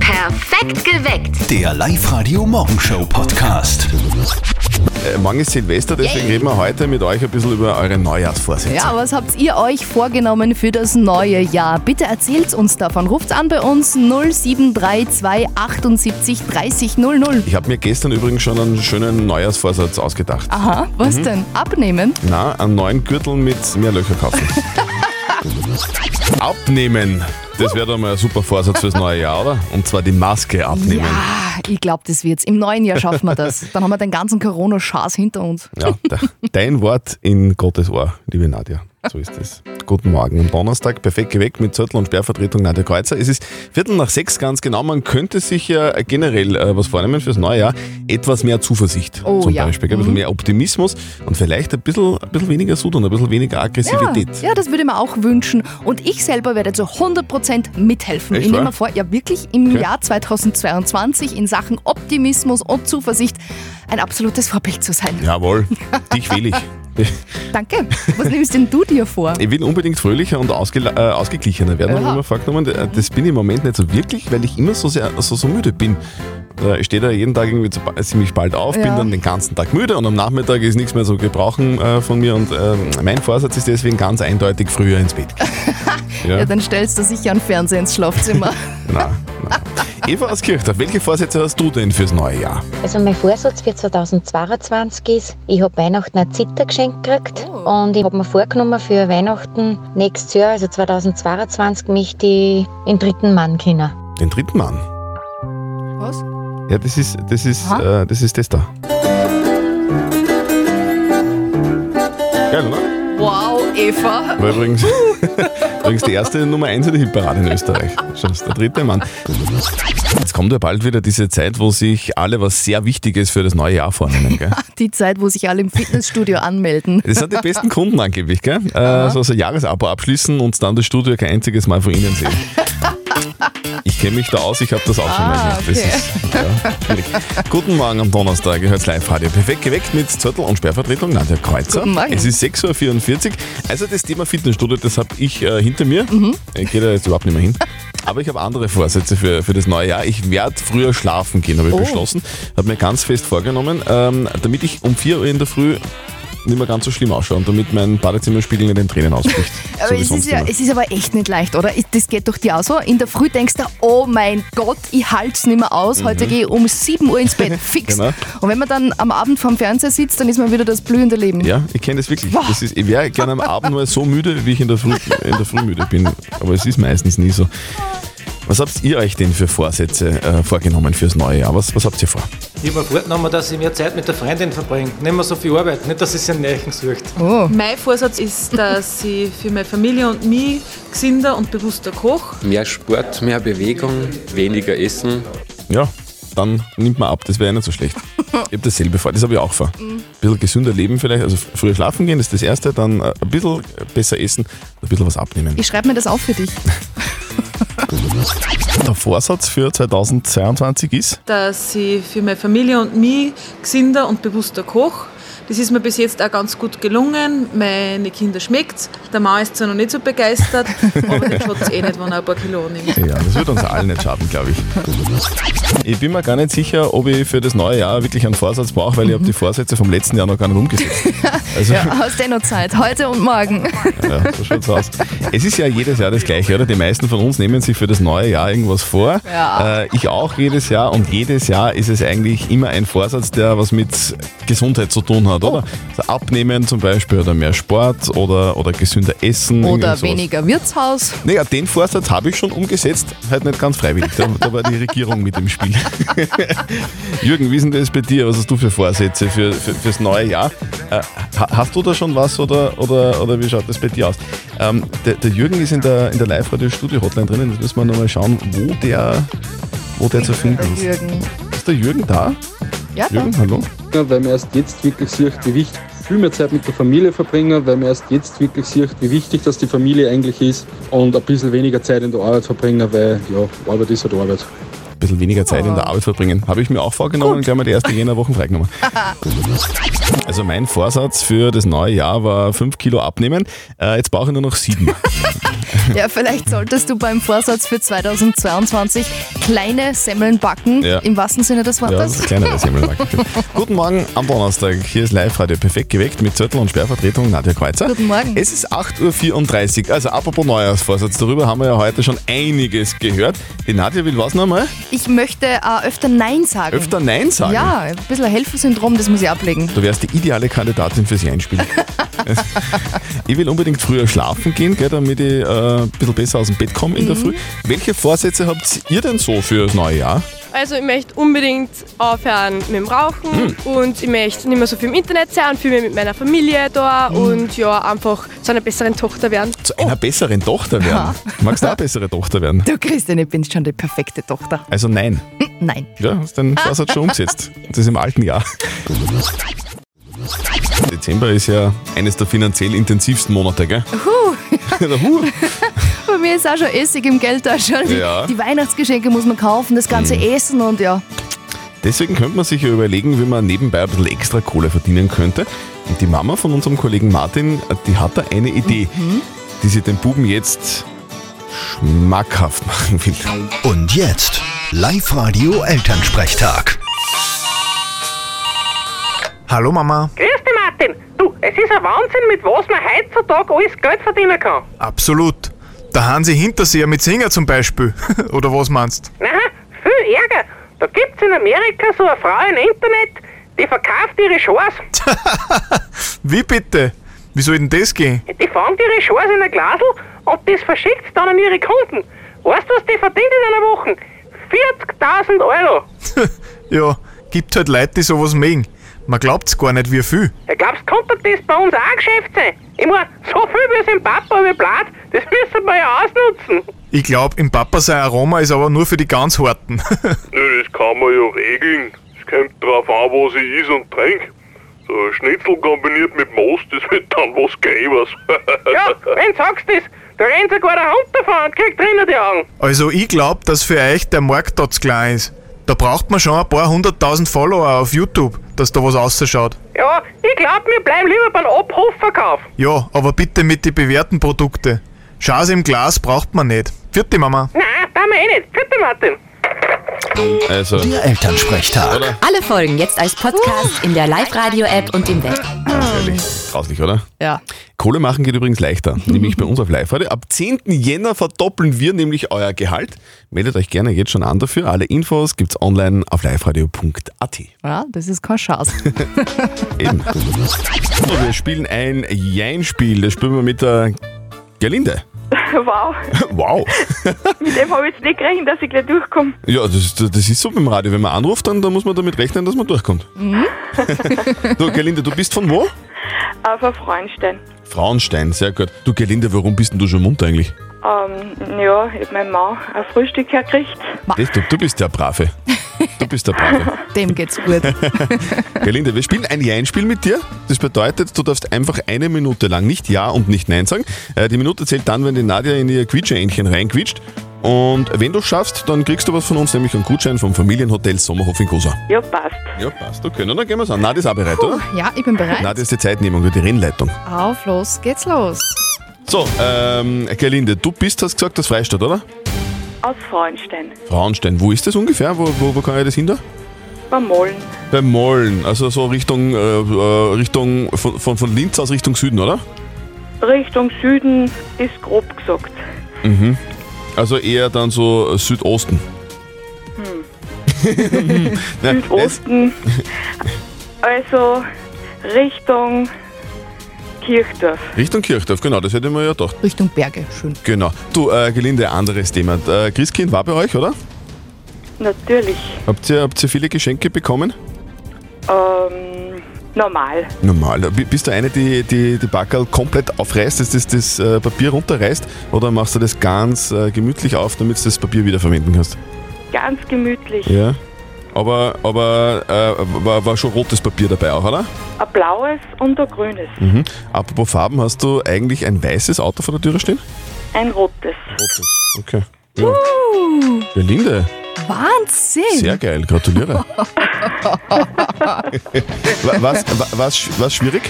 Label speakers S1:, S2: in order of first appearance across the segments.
S1: Perfekt geweckt.
S2: Der Live-Radio-Morgenshow-Podcast.
S3: Äh, morgen ist Silvester, deswegen reden wir heute mit euch ein bisschen über eure Neujahrsvorsätze.
S4: Ja, was habt ihr euch vorgenommen für das neue Jahr? Bitte erzählt uns davon. Ruft an bei uns 0732 78 30 00.
S3: Ich habe mir gestern übrigens schon einen schönen Neujahrsvorsatz ausgedacht.
S4: Aha,
S3: Mhm.
S4: was denn? Abnehmen?
S3: Na, einen neuen Gürtel mit mehr Löcher kaufen. abnehmen. Das wäre doch mal ein super Vorsatz fürs neue Jahr, oder? Und zwar die Maske abnehmen.
S4: Ja, ich glaube, das wird's. Im neuen Jahr schaffen wir das. Dann haben wir den ganzen Corona-Schaß hinter uns.
S3: Ja, de- dein Wort in Gottes Ohr, liebe Nadja. So ist es. Guten Morgen am Donnerstag, perfekt geweckt mit Zettel und Sperrvertretung Nadja Kreuzer. Es ist Viertel nach sechs ganz genau. Man könnte sich ja generell äh, was vornehmen fürs neue Jahr. Etwas mehr Zuversicht
S4: Oh
S3: zum
S4: ja.
S3: Beispiel, gell? ein bisschen mehr Optimismus und vielleicht ein bisschen, ein bisschen weniger Sud und ein bisschen weniger Aggressivität.
S4: Ja, das würde ich mir auch wünschen. Und ich selber werde zu 100% mithelfen.
S3: Echt
S4: ich nehme
S3: wahr?
S4: mir vor, ja wirklich im
S3: Okay.
S4: Jahr 2022 in Sachen Optimismus und Zuversicht ein absolutes Vorbild zu sein.
S3: Jawohl, dich will ich.
S4: Danke. Was nimmst denn du dir vor?
S3: Ich will unbedingt fröhlicher und ausgel- äh, ausgeglichener werden, habe
S4: Ja.
S3: ich immer vorgenommen. Äh, Das bin ich im Moment nicht so wirklich, weil ich immer so, sehr, so, so müde bin. Äh, Ich stehe da jeden Tag irgendwie zu- ziemlich bald auf, bin
S4: Ja.
S3: dann den ganzen Tag müde und am Nachmittag ist nichts mehr so gebrauchen äh, von mir. Und ähm, mein Vorsatz ist deswegen ganz eindeutig früher ins Bett. gehen.
S4: Ja,
S3: ja,
S4: dann stellst du sicher einen Fernseher ins Schlafzimmer.
S3: na, na. Eva aus Kirchdorf, welche Vorsätze hast du denn fürs neue Jahr?
S5: Also mein Vorsatz für 2022 ist, ich habe Weihnachten ein Zittergeschenk gekriegt
S4: Oh.
S5: und ich habe mir vorgenommen für Weihnachten nächstes Jahr, also 2022, möchte ich den dritten Mann kennen.
S3: Den dritten Mann.
S4: Was?
S3: Ja, das ist das, ist,
S4: Aha.
S3: äh, das, ist das da. Geil, oder?
S4: Wow, Eva.
S3: War übrigens, übrigens die erste Nummer 1 in der Hitparade in Österreich. Schon der dritte Mann. Jetzt kommt ja bald wieder diese Zeit, wo sich alle was sehr Wichtiges für das neue Jahr vornehmen. Gell?
S4: Die Zeit, wo sich alle im Fitnessstudio anmelden.
S3: Das sind die besten Kunden angeblich, gell? Äh, so, so ein Jahresabo abschließen und dann das Studio kein einziges Mal von innen sehen. Ich kenne mich da aus, ich habe das auch schon mal
S4: Ah,
S3: gemacht. Das
S4: okay.
S3: ist, ja, schwierig. Guten Morgen am Donnerstag, ihr hört Live-Radio. Perfekt geweckt mit Zettel und Sperrvertretung Nadja Kreuzer.
S4: Guten Morgen.
S3: Es ist 6.44 Uhr. Also das Thema Fitnessstudio, das habe ich äh, hinter mir.
S4: Mhm.
S3: Ich gehe da jetzt überhaupt nicht mehr hin. Aber ich habe andere Vorsätze für, für das neue Jahr. Ich werde früher schlafen gehen, habe ich
S4: Oh.
S3: beschlossen. Habe mir ganz fest vorgenommen, ähm, damit ich um 4 Uhr in der Früh nicht mehr ganz so schlimm ausschauen, damit mein Badezimmerspiegel nicht in Tränen ausbricht.
S4: Aber
S3: so wie
S4: es,
S3: sonst
S4: ist ja,
S3: immer.
S4: es ist aber echt nicht leicht, oder? Ich- Das geht doch dir auch so. In der Früh denkst du, oh mein Gott, ich halt's nicht mehr aus. Heute gehe ich um 7 Uhr ins Bett. Fix.
S3: Mhm. Genau.
S4: Und wenn man dann am Abend vorm Fernseher sitzt, dann ist man wieder das blühende Leben.
S3: Ja, ich kenne das wirklich.
S4: Boah.
S3: Das ist, ich wäre gerne am Abend mal so müde, wie ich in der, Früh, in der Früh müde bin. Aber es ist meistens nie so. Was habt ihr euch denn für Vorsätze äh, vorgenommen fürs neue Jahr? Was, was habt ihr vor?
S6: Ich habe mir vorgenommen, dass ich mehr Zeit mit der Freundin verbringe. Nicht mehr so viel Arbeit, nicht, dass ich sie einen Neichen sucht.
S4: Oh.
S7: Mein Vorsatz ist, dass ich für meine Familie und mich gesünder und bewusster koche.
S8: Mehr Sport, mehr Bewegung, weniger Essen.
S3: Ja, dann nimmt man ab, das wäre ja nicht so schlecht. Ich habe dasselbe vor, das habe ich auch vor.
S4: Mhm.
S3: Ein bisschen gesünder leben vielleicht, also früher schlafen gehen, das ist das Erste, dann äh, ein bisschen besser essen, ein bisschen was abnehmen.
S4: Ich schreibe mir das auf für dich.
S3: Der Vorsatz für 2022 ist?
S7: Dass ich für meine Familie und mich gesünder und bewusster koche. Das ist mir bis jetzt auch ganz gut gelungen. Meine Kinder schmeckt's. Der Mann ist zwar noch nicht so begeistert, aber der schaut's eh nicht, wenn er ein paar Kilo annimmt.
S3: Ja, das wird uns allen nicht schaden, glaube ich. Ich bin mir gar nicht sicher, ob ich für das neue Jahr wirklich einen Vorsatz brauche, weil ich habe
S4: Mhm.
S3: die Vorsätze vom letzten Jahr noch gar nicht umgesetzt. Also, ja.
S4: Hast eh noch Zeit. Heute und morgen.
S3: so schaut's aus. Es ist ja jedes Jahr das Gleiche, oder? Die meisten von uns nehmen sich für das neue Jahr irgendwas vor.
S4: Ja.
S3: Äh, ich auch jedes Jahr und jedes Jahr ist es eigentlich immer ein Vorsatz, der was mit Gesundheit zu tun hat, oder?
S4: Oh.
S3: Also Abnehmen zum Beispiel oder mehr Sport oder, oder gesünder Essen.
S4: Oder
S3: irgend sowas.
S4: weniger Wirtshaus.
S3: Naja, den Vorsatz habe ich schon umgesetzt, halt nicht ganz freiwillig. Da, da war die Regierung mit im Spiel. Jürgen, wie ist denn das bei dir? Was hast du für Vorsätze für, für, fürs neue Jahr? Äh, ha- hast du da schon was oder, oder, oder wie schaut das bei dir aus? Ähm, der, der Jürgen ist in der, in der Live-Radio-Studio-Hotline drinnen. Jetzt müssen wir nochmal schauen, wo der, wo der zu finden ist.
S4: Jürgen.
S3: Ist der Jürgen da?
S4: Ja, da.
S3: Jürgen, hallo?
S9: Ja, weil man erst jetzt wirklich sieht, wie wichtig viel mehr Zeit mit der Familie verbringen, weil man erst jetzt wirklich sieht, wie wichtig das die Familie eigentlich ist und ein bisschen weniger Zeit in der Arbeit verbringen, weil ja, Arbeit ist halt Arbeit.
S3: ein bisschen weniger Zeit in der Arbeit verbringen. Habe ich mir auch vorgenommen und gleich mal die erste Jännerwoche freigenommen. also mein Vorsatz für das neue Jahr war 5 Kilo abnehmen. Äh, jetzt brauche ich nur noch 7.
S4: Ja, vielleicht solltest du beim Vorsatz für 2022 kleine Semmeln backen,
S3: Ja.
S4: im wahrsten Sinne des
S3: Ja, das
S4: Wortes.
S3: ist kleiner als Guten Morgen am Donnerstag. Hier ist Live-Radio perfekt geweckt mit Zettel und Sperrvertretung Nadja Kreuzer.
S4: Guten Morgen.
S3: Es ist 8.34 Uhr. Also apropos Neujahrsvorsatz, darüber haben wir ja heute schon einiges gehört. Die Nadja will was nochmal?
S4: ich möchte äh, öfter Nein sagen.
S3: Öfter Nein sagen.
S4: Ja, ein bisschen ein Helfersyndrom, das muss ich ablegen.
S3: Du wärst die ideale Kandidatin fürs Einspielen. ich will unbedingt früher schlafen gehen, gell, damit ich äh, ein bisschen besser aus dem Bett komme in
S4: Mhm.
S3: der Früh. Welche Vorsätze habt ihr denn so fürs neue Jahr?
S1: Also ich möchte unbedingt aufhören mit dem Rauchen und ich möchte nicht mehr so viel im Internet sein und viel mehr mit meiner Familie da und ja, einfach zu einer besseren Tochter werden.
S3: Zu
S4: Oh.
S3: einer besseren Tochter werden. Magst du auch bessere Tochter werden?
S4: Du Christian, ich bin schon die perfekte Tochter. Hm,
S3: Also nein.
S4: Nein.
S3: Ja, hast deinen Vorsatz schon umgesetzt. Das ist im alten Jahr. Dezember ist ja eines der finanziell intensivsten Monate, gell? Der Huh.
S4: Bei mir ist auch schon Essig im Geldtaschen.
S3: Ja. Hm.
S4: Die Weihnachtsgeschenke muss man kaufen, das ganze Essen und ja.
S3: Deswegen könnte man sich ja überlegen, wie man nebenbei ein bisschen extra Kohle verdienen könnte. Und die Mama von unserem Kollegen Martin, die hat da eine Idee, die sie den Buben jetzt schmackhaft machen will.
S2: Und jetzt Live-Radio Elternsprechtag. Hallo Mama.
S10: Grüß dich, Martin. Du, es ist ein Wahnsinn, mit was man heutzutage alles Geld verdienen kann.
S2: Absolut. Der Hansi Hinterseher mit Singer zum Beispiel. Oder was meinst?
S10: Na, viel Ärger. Da gibt's in Amerika so eine Frau im Internet, die verkauft ihre Chance.
S2: Wie bitte? Wie soll denn das gehen?
S10: Die fangt ihre Chance in ein Glasl und das verschickt sie dann an ihre Kunden. Weißt du, was die verdient in einer Woche? 40.000 Euro.
S2: Ja, gibt halt Leute, die sowas mögen. Man glaubt's gar nicht, wie viel.
S10: Ja, glaubst du, konnte das bei uns auch ein Geschäft sein? Ich mein, so viel wie es im Papa überbleibt, das müssen wir ja ausnutzen.
S2: Ich glaub, im Papa sein Aroma ist aber nur für die ganz Harten.
S10: Nö, das kann man ja regeln. Es kommt drauf an, was ich is und trink. So ein Schnitzel kombiniert mit Moos, das wird dann was Gräbers. ja, wenn du sagst das, da rennt sogar der Hund davon und kriegt drinnen die Augen.
S2: Also ich glaub, dass für euch der Markt dort klein ist. Da braucht man schon ein paar hunderttausend Follower auf YouTube, dass da was ausschaut.
S10: Ja, ich glaub, wir bleiben lieber beim Abhofverkauf.
S2: Ja, aber bitte mit den bewährten Produkten. Schaß im Glas braucht man nicht. Vierte Mama.
S10: Nein, da wir eh nicht. Bitte, Martin.
S3: Also,
S2: Der Elternsprechtag.
S11: Alle Folgen jetzt als Podcast in der Live-Radio-App und im Web.
S3: ehrlich, grauslich, oder?
S4: Ja.
S3: Kohle machen geht übrigens leichter, nämlich bei uns auf live heute. Ab 10. Jänner verdoppeln wir nämlich euer Gehalt. Meldet euch gerne jetzt schon an dafür. Alle Infos gibt's online auf liveradio.at.
S4: ja, das ist kein Schatz.
S3: Eben. So, wir spielen ein Jein-Spiel. Das spielen wir mit der Gerlinde.
S1: Wow,
S3: Wow.
S1: mit dem habe ich jetzt nicht gerechnet, dass ich gleich durchkomme.
S3: Ja, das, ist- das ist so beim Radio. Wenn man anruft, dann, dann muss man damit rechnen, dass man durchkommt. so, Gerlinde, du bist von wo?
S1: Auf ein Freundstein.
S3: Frauenstein, sehr gut. Du, Gerlinde, warum bist denn du schon munter eigentlich?
S1: Ähm, ja, ich hab meinem Mann ein Frühstück herkriegt.
S3: Das, du, du bist der Brave. Du bist der Brave.
S4: Dem geht's gut.
S3: Gerlinde, wir spielen ein Jein-Spiel mit dir. Das bedeutet, du darfst einfach eine Minute lang nicht Ja und nicht Nein sagen. Äh, die Minute zählt dann, wenn die Nadja in ihr Quietscheentchen reinquietscht. Und wenn du schaffst, dann kriegst du was von uns, nämlich einen Gutschein vom Familienhotel Sommerhof in Gosa.
S1: Ja, passt.
S3: Ja, passt. Okay, na, dann gehen wir's an. Nadja ist auch bereit, oder?
S4: Ja, ich bin bereit.
S3: Nadja ist die Zeitnehmung oder die Rennleitung.
S4: Auf, los, geht's los.
S3: So, ähm, Gerlinde, du bist, hast gesagt, das Freistadt, oder?
S1: Aus Frauenstein.
S3: Frauenstein, wo ist das ungefähr? Wo, wo, wo kann ich das hin da?
S1: Beim Mollen.
S3: Bei Mollen, also so Richtung, äh, äh, Richtung von, von, von Linz aus Richtung Süden, oder?
S1: Richtung Süden ist grob gesagt.
S3: Also eher dann so äh, Südosten. Hm.
S1: Südosten. Also Richtung Kirchdorf.
S3: Richtung Kirchdorf, genau, das hätte man ja gedacht.
S4: Richtung Berge, schön.
S3: Genau. Du, äh, Gelinde, anderes Thema. Äh, Christkind war bei euch, oder?
S1: Natürlich.
S3: Habt ihr, habt ihr viele Geschenke bekommen?
S1: Ähm, normal.
S3: Normal. B- Bist du eine, die die, die Backerl komplett aufreißt, dass das, das äh, Papier runterreißt? Oder machst du das ganz äh, gemütlich auf, damit du das Papier wiederverwenden kannst?
S1: Ganz gemütlich.
S3: Ja. Aber, aber äh, war, war schon rotes Papier dabei auch, oder?
S1: Ein blaues und ein grünes.
S3: Mhm. Apropos Farben, hast du eigentlich ein weißes Auto vor der Türe stehen?
S1: Ein rotes.
S3: Okay. Ja. Gerlinde,
S4: Wahnsinn!
S3: Sehr geil, gratuliere. Wa- was, wa- was, was schwierig?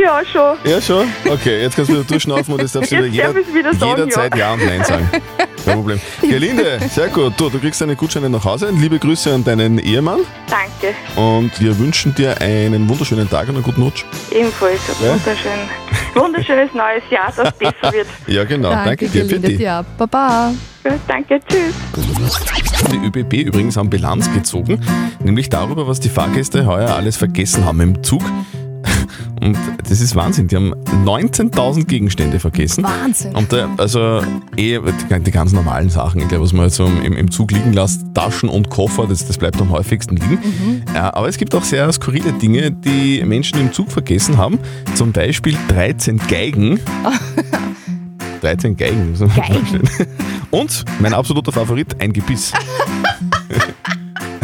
S12: Ja, schon.
S3: Ja, schon. Okay, jetzt kannst du wieder durchschnaufen und jetzt darfst du wieder,
S12: Jetzt
S3: jeder,
S12: darf ich's wieder sagen,
S3: jederzeit ja.
S12: ja.
S3: und Nein sagen. Kein Problem. Gerlinde, sehr gut. Du, du kriegst deine Gutscheine nach Hause. Liebe Grüße an deinen Ehemann
S12: Danke.
S3: und wir wünschen dir einen wunderschönen Tag und einen guten Rutsch.
S12: Ebenfalls ein
S3: Ja?
S12: wunderschön, wunderschönes neues Jahr, das besser wird.
S3: Ja, genau. Danke, dir, Fitti.
S4: Ja, baba.
S12: Danke, tschüss.
S3: Die ÖBB übrigens haben Bilanz gezogen, nämlich darüber, was die Fahrgäste heuer alles vergessen haben im Zug. Und das ist Wahnsinn, die haben 19.000 Gegenstände vergessen.
S4: Wahnsinn.
S3: Und da, also eh die, die ganz normalen Sachen, ich glaube, was man jetzt so im, im Zug liegen lässt, Taschen und Koffer, das, das bleibt am häufigsten liegen. Ja, aber es gibt auch sehr skurrile Dinge, die Menschen im Zug vergessen haben. Zum Beispiel 13 Geigen. 13 Geigen. Geigen. Und mein absoluter Favorit, ein Gebiss.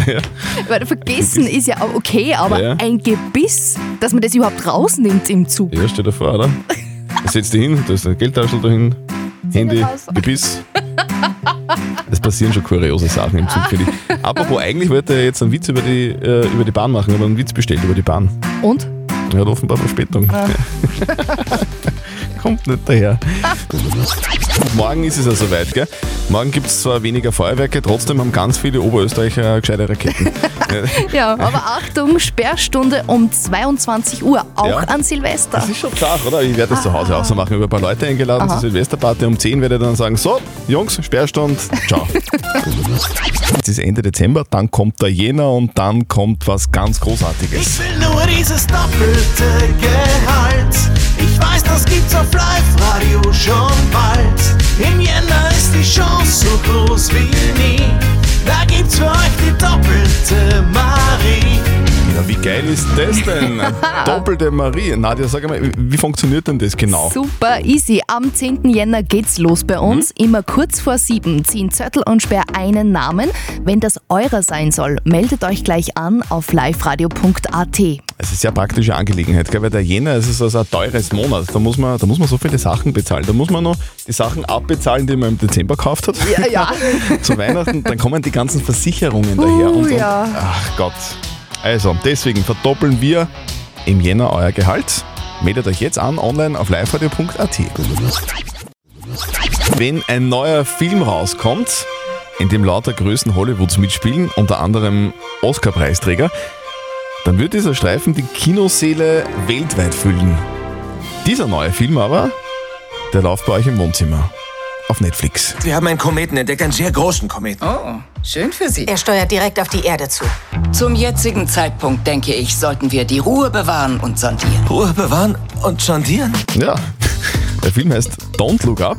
S3: ja.
S4: Weil vergessen ist ja auch okay, aber
S3: Ja.
S4: ein Gebiss, dass man das überhaupt rausnimmt im Zug.
S3: ja, stell dir vor, oder? Setz dich hin, da ist eine Geldtasche dahin, Handy,
S4: raus.
S3: Gebiss. Es passieren schon kuriose Sachen im Zug, finde ich. Apropos, eigentlich wollte er jetzt einen Witz über die, äh, über die Bahn machen, aber einen Witz bestellt über die Bahn.
S4: Und?
S3: Er hat offenbar Verspätung.
S4: Ah.
S3: Kommt nicht daher. Morgen ist es ja soweit, gell? Morgen gibt es zwar weniger Feuerwerke, trotzdem haben ganz viele Oberösterreicher gescheite Raketen.
S4: Ja, aber Achtung, Sperrstunde um 22 Uhr, auch
S3: Ja.
S4: an Silvester.
S3: Das ist schon klar, oder? Ich werde das zu Hause auch so machen. Ich habe ein paar Leute eingeladen
S4: Aha.
S3: zur Silvesterparty. Um 10 werde ich dann sagen, so, Jungs, Sperrstund, ciao. es ist Ende Dezember, dann kommt der Jänner und dann kommt was ganz Großartiges.
S13: will nur dieses doppelte Gehalt. Ich weiß, das gibt's auf Live-Radio schon bald. Im Jänner ist die Chance so groß wie nie. Da gibt's für euch die doppelte Marie.
S3: Ja, wie geil ist das denn? Doppelte Marie. Nadja, sag einmal, wie funktioniert denn das genau?
S4: Super easy. Am 10. Jänner geht's los bei uns.
S3: Mhm.
S4: Immer kurz vor sieben ziehen Zettel und Sperr einen Namen. Wenn das eurer sein soll, meldet euch gleich an auf liveradio.at.
S3: Es ist ja praktische Angelegenheit, gell? weil der Jänner es ist also ein teures Monat. Da muss, man, da muss man so viele Sachen bezahlen. Da muss man noch die Sachen abbezahlen, die man im Dezember gekauft hat.
S4: Ja, ja.
S3: Zu Weihnachten, dann kommen die ganzen Versicherungen daher.
S4: Uh,
S3: und, und,
S4: ja.
S3: Ach Gott. Also, deswegen verdoppeln wir im Jänner euer Gehalt. Meldet euch jetzt an online auf liveradio.at. Wenn ein neuer Film rauskommt, in dem lauter Größen Hollywoods mitspielen, unter anderem Oscar-Preisträger, dann wird dieser Streifen die Kinoseele weltweit füllen. Dieser neue Film aber, der läuft bei euch im Wohnzimmer. Auf Netflix.
S14: Wir haben einen Kometen entdeckt, einen sehr großen Kometen. Oh.
S15: Schön für Sie. Er steuert direkt auf die Erde zu. Zum jetzigen Zeitpunkt, denke ich, sollten wir die Ruhe bewahren und sondieren.
S14: Ruhe bewahren und sondieren.
S3: Ja, der Film heißt Don't Look Up.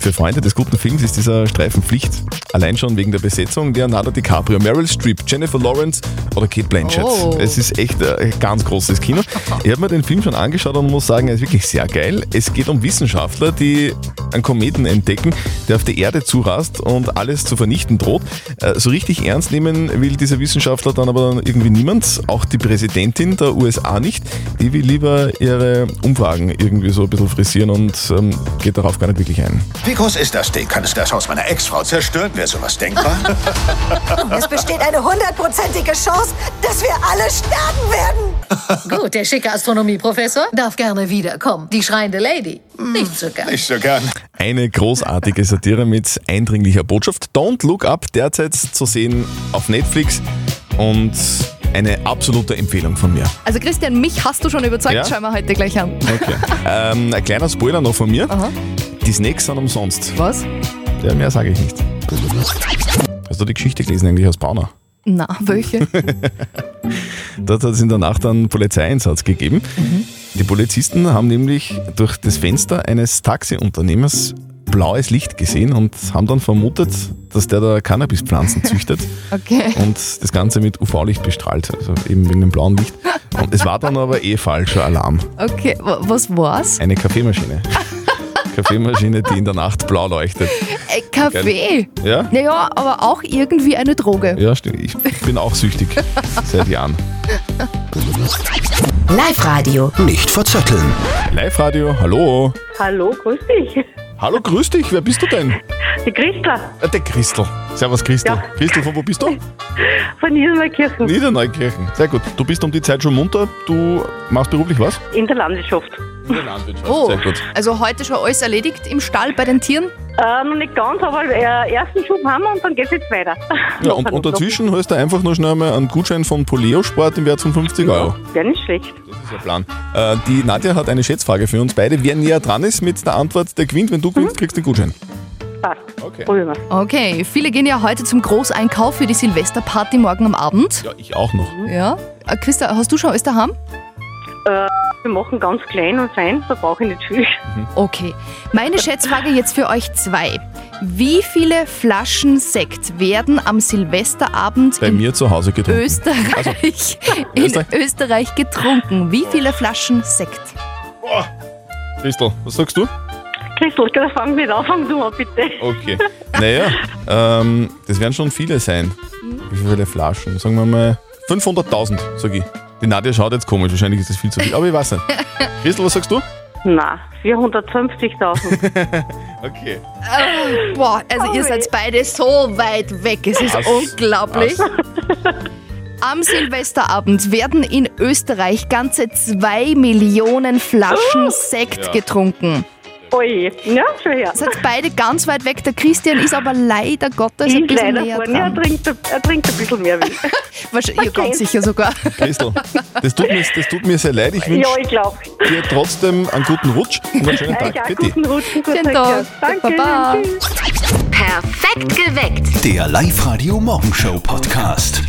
S3: Für Freunde des guten Films ist dieser Streifen Pflicht. Allein schon wegen der Besetzung Leonardo DiCaprio, Meryl Streep, Jennifer Lawrence oder Kate Blanchett.
S16: Oh.
S3: Es ist echt äh, ein ganz großes Kino. Ich habe mir den Film schon angeschaut und muss sagen, er ist wirklich sehr geil. Es geht um Wissenschaftler, die einen Kometen entdecken, der auf die Erde zurast und alles zu vernichten droht. Äh, So richtig ernst nehmen will dieser Wissenschaftler dann aber dann irgendwie niemand, auch die Präsidentin der USA nicht. Die will lieber ihre Umfragen irgendwie so ein bisschen frisieren und ähm, geht darauf gar nicht wirklich ein.
S17: Wie groß ist das Ding? Kann es das Haus meiner Ex-Frau zerstören? Wäre sowas denkbar?
S18: Es besteht eine hundertprozentige Chance, dass wir alle sterben werden. Gut, der schicke Astronomieprofessor darf gerne wiederkommen. Die schreiende Lady. Nicht so gern.
S17: Nicht so gern.
S3: Eine großartige Satire mit eindringlicher Botschaft. Don't Look Up derzeit zu sehen auf Netflix und eine absolute Empfehlung von mir.
S4: Also Christian, mich hast du schon überzeugt.
S3: Ja?
S4: Schau mal heute gleich an.
S3: Okay. ähm, ein kleiner Spoiler noch von mir. Die Snacks sind umsonst.
S4: Was?
S3: Ja, mehr sage ich nicht. Hast du die Geschichte gelesen eigentlich aus Braunau?
S4: Na, welche?
S3: Dort hat es in der Nacht einen Polizeieinsatz gegeben. Die Polizisten haben nämlich durch das Fenster eines Taxiunternehmers blaues Licht gesehen und haben dann vermutet, dass der da Cannabispflanzen züchtet
S4: Okay.
S3: und das Ganze mit UV-Licht bestrahlt, also eben wegen dem blauen Licht. Und es war dann aber eh falscher Alarm.
S4: Okay, wa- was war's?
S3: Eine Kaffeemaschine. Kaffeemaschine, die in der Nacht blau leuchtet.
S4: Äh, Kaffee.
S3: Geil. Ja?
S4: Naja, aber auch irgendwie eine Droge.
S3: Ja, stimmt. Ich bin auch süchtig seit Jahren.
S11: Live-Radio.
S3: Nicht verzetteln. Live-Radio, hallo.
S19: Hallo, grüß dich.
S3: Hallo, grüß dich, wer bist du denn?
S12: Die Christel
S3: Äh, Der Christel. Servus, Christel. Christel, von wo bist du?
S12: von Niederneukirchen
S3: Niederneukirchen. Sehr gut. Du bist um die Zeit schon munter. Du machst beruflich was?
S12: in der Landwirtschaft.
S3: In der Landwirtschaft.
S4: Oh,
S3: Sehr gut.
S4: also heute schon alles erledigt im Stall bei den Tieren?
S12: Äh, noch nicht ganz, aber äh, ersten Schub haben wir und dann geht's jetzt weiter.
S3: Ja, und, und dazwischen holst du einfach nur schnell mal einen Gutschein von Poleo Sport im Wert von 50 Euro.
S12: Wäre nicht schlecht.
S3: Das ist der Plan. Äh, die Nadja hat eine Schätzfrage für uns beide. Wer näher dran ist mit der Antwort, der gewinnt. Wenn du gewinnst, kriegst du den Gutschein.
S12: Passt.
S3: Okay.
S12: Probieren wir.
S4: Okay, viele gehen ja heute zum Großeinkauf für die Silvesterparty morgen am Abend.
S3: Ja, ich auch noch.
S12: Mhm.
S4: Ja. Äh, Christa, hast du schon alles daheim?
S12: Äh, wir machen ganz klein und fein, da brauche ich nicht viel.
S4: Okay. Meine Schätzfrage jetzt für euch zwei. Wie viele Flaschen Sekt werden am Silvesterabend
S3: Bei
S4: in
S3: mir Also, zu Hause getrunken.
S4: Österreich, in Österreich. getrunken? Wie viele Flaschen Sekt?
S3: Christel, was sagst du?
S12: Christel, da fang mit an, fang du mal bitte.
S3: Okay. Naja, ähm, das werden schon viele sein.
S12: Mhm.
S3: Wie viele Flaschen? Sagen wir mal 500.000, sag ich. Die Nadja schaut jetzt komisch, wahrscheinlich ist das viel zu viel, aber ich weiß nicht. Christel, was sagst du?
S12: Na, 450.000.
S3: Okay.
S4: Äh, boah, also ihr seid beide so weit weg. Es ist
S12: Was?
S4: unglaublich. Am Silvesterabend werden in Österreich ganze zwei Millionen Flaschen
S12: Oh.
S4: Sekt
S12: Ja.
S4: getrunken.
S12: Oje, ja, schon her.
S4: Seid beide ganz weit weg. Der Christian ist aber leider Gottes ein
S12: Ich
S4: bisschen
S12: leider
S4: näher
S12: vorne, er
S4: dran.
S12: trinkt, er trinkt ein bisschen mehr wie ich.
S4: Wahrscheinlich, ja, ganz sicher sogar.
S3: Christel, das tut mir, das tut mir sehr leid. Ich wünsche
S12: Ja, ich glaube.
S3: dir trotzdem einen guten Rutsch und einen schönen
S12: Ja,
S3: Tag. Bitte.
S12: guten Rutsch, guten
S4: Schönen
S12: Tag.
S4: Tag.
S12: Danke.
S4: Baba.
S12: Tschüss.
S11: Perfekt geweckt.
S16: Der Live-Radio Morgenshow Podcast.